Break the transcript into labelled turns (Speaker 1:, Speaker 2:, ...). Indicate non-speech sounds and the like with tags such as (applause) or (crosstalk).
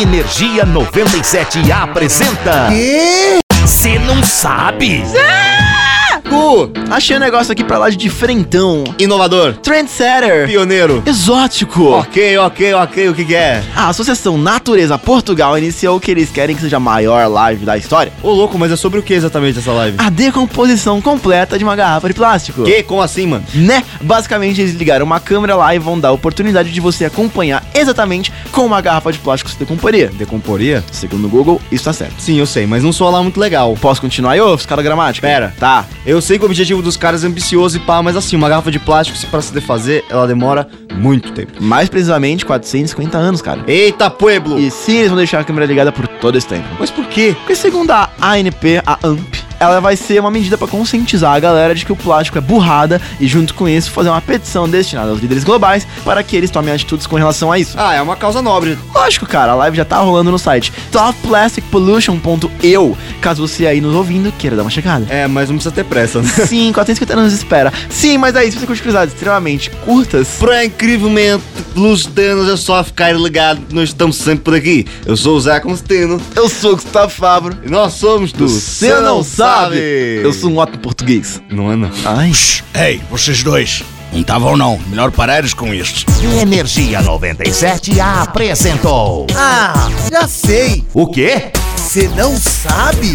Speaker 1: Energia 97 apresenta.
Speaker 2: Quê?
Speaker 1: Você não sabe?
Speaker 2: Gu, achei um negócio aqui pra lá de frentão.
Speaker 3: Inovador,
Speaker 2: Trendsetter.
Speaker 3: pioneiro.
Speaker 2: Exótico.
Speaker 3: Ok, ok, ok, o que que é?
Speaker 2: A Associação Natureza Portugal iniciou o que eles querem que seja a maior live da história.
Speaker 3: Ô louco, mas é sobre o que exatamente essa live?
Speaker 2: A decomposição completa de uma garrafa de plástico.
Speaker 3: Que? Como assim, mano?
Speaker 2: Né? Basicamente, eles ligaram uma câmera lá e vão dar a oportunidade de você acompanhar exatamente como a garrafa de plástico se decomporia.
Speaker 3: Decomporia?
Speaker 2: Segundo o Google, isso tá certo.
Speaker 3: Sim, eu sei, mas não soa lá muito legal.
Speaker 2: Posso continuar aí, ô fiscal da gramática?
Speaker 3: Pera.
Speaker 2: Tá.
Speaker 3: Eu sei que o objetivo dos caras é ambicioso e pá, mas assim, uma garrafa de plástico, se pra se defazer, ela demora muito tempo.
Speaker 2: Mais precisamente, 450 anos, cara.
Speaker 3: Eita, pueblo!
Speaker 2: E sim, eles vão deixar a câmera ligada por todo esse tempo.
Speaker 3: Mas por quê?
Speaker 2: Porque segundo a ANP, a AMP, ela vai ser uma medida pra conscientizar a galera de que o plástico é burrada e junto com isso fazer uma petição destinada aos líderes globais para que eles tomem atitudes com relação a isso.
Speaker 3: Ah, é uma causa nobre.
Speaker 2: Lógico, cara, a live já tá rolando no site topplasticpollution.eu, caso você aí nos ouvindo queira dar uma (laughs) chegada.
Speaker 3: É, mas não precisa ter pressa. né? (laughs)
Speaker 2: Sim, 450 anos de espera. Sim, mas é aí, se você curte curiosidades extremamente curtas,
Speaker 3: Pra incrivelmente pelos danos é só ficar ligado, nós estamos sempre por aqui. Eu sou o Zé Constantino
Speaker 2: eu sou o Gustavo Fabro.
Speaker 3: e nós somos do
Speaker 2: Você não, sabe. Eu sou um ótimo português.
Speaker 3: Não é não.
Speaker 2: Ai.
Speaker 4: Ei, vocês dois, não estavam não, melhor parares com isto.
Speaker 1: Energia 97 apresentou.
Speaker 5: Ah, já sei.
Speaker 1: O quê?
Speaker 5: Você não sabe?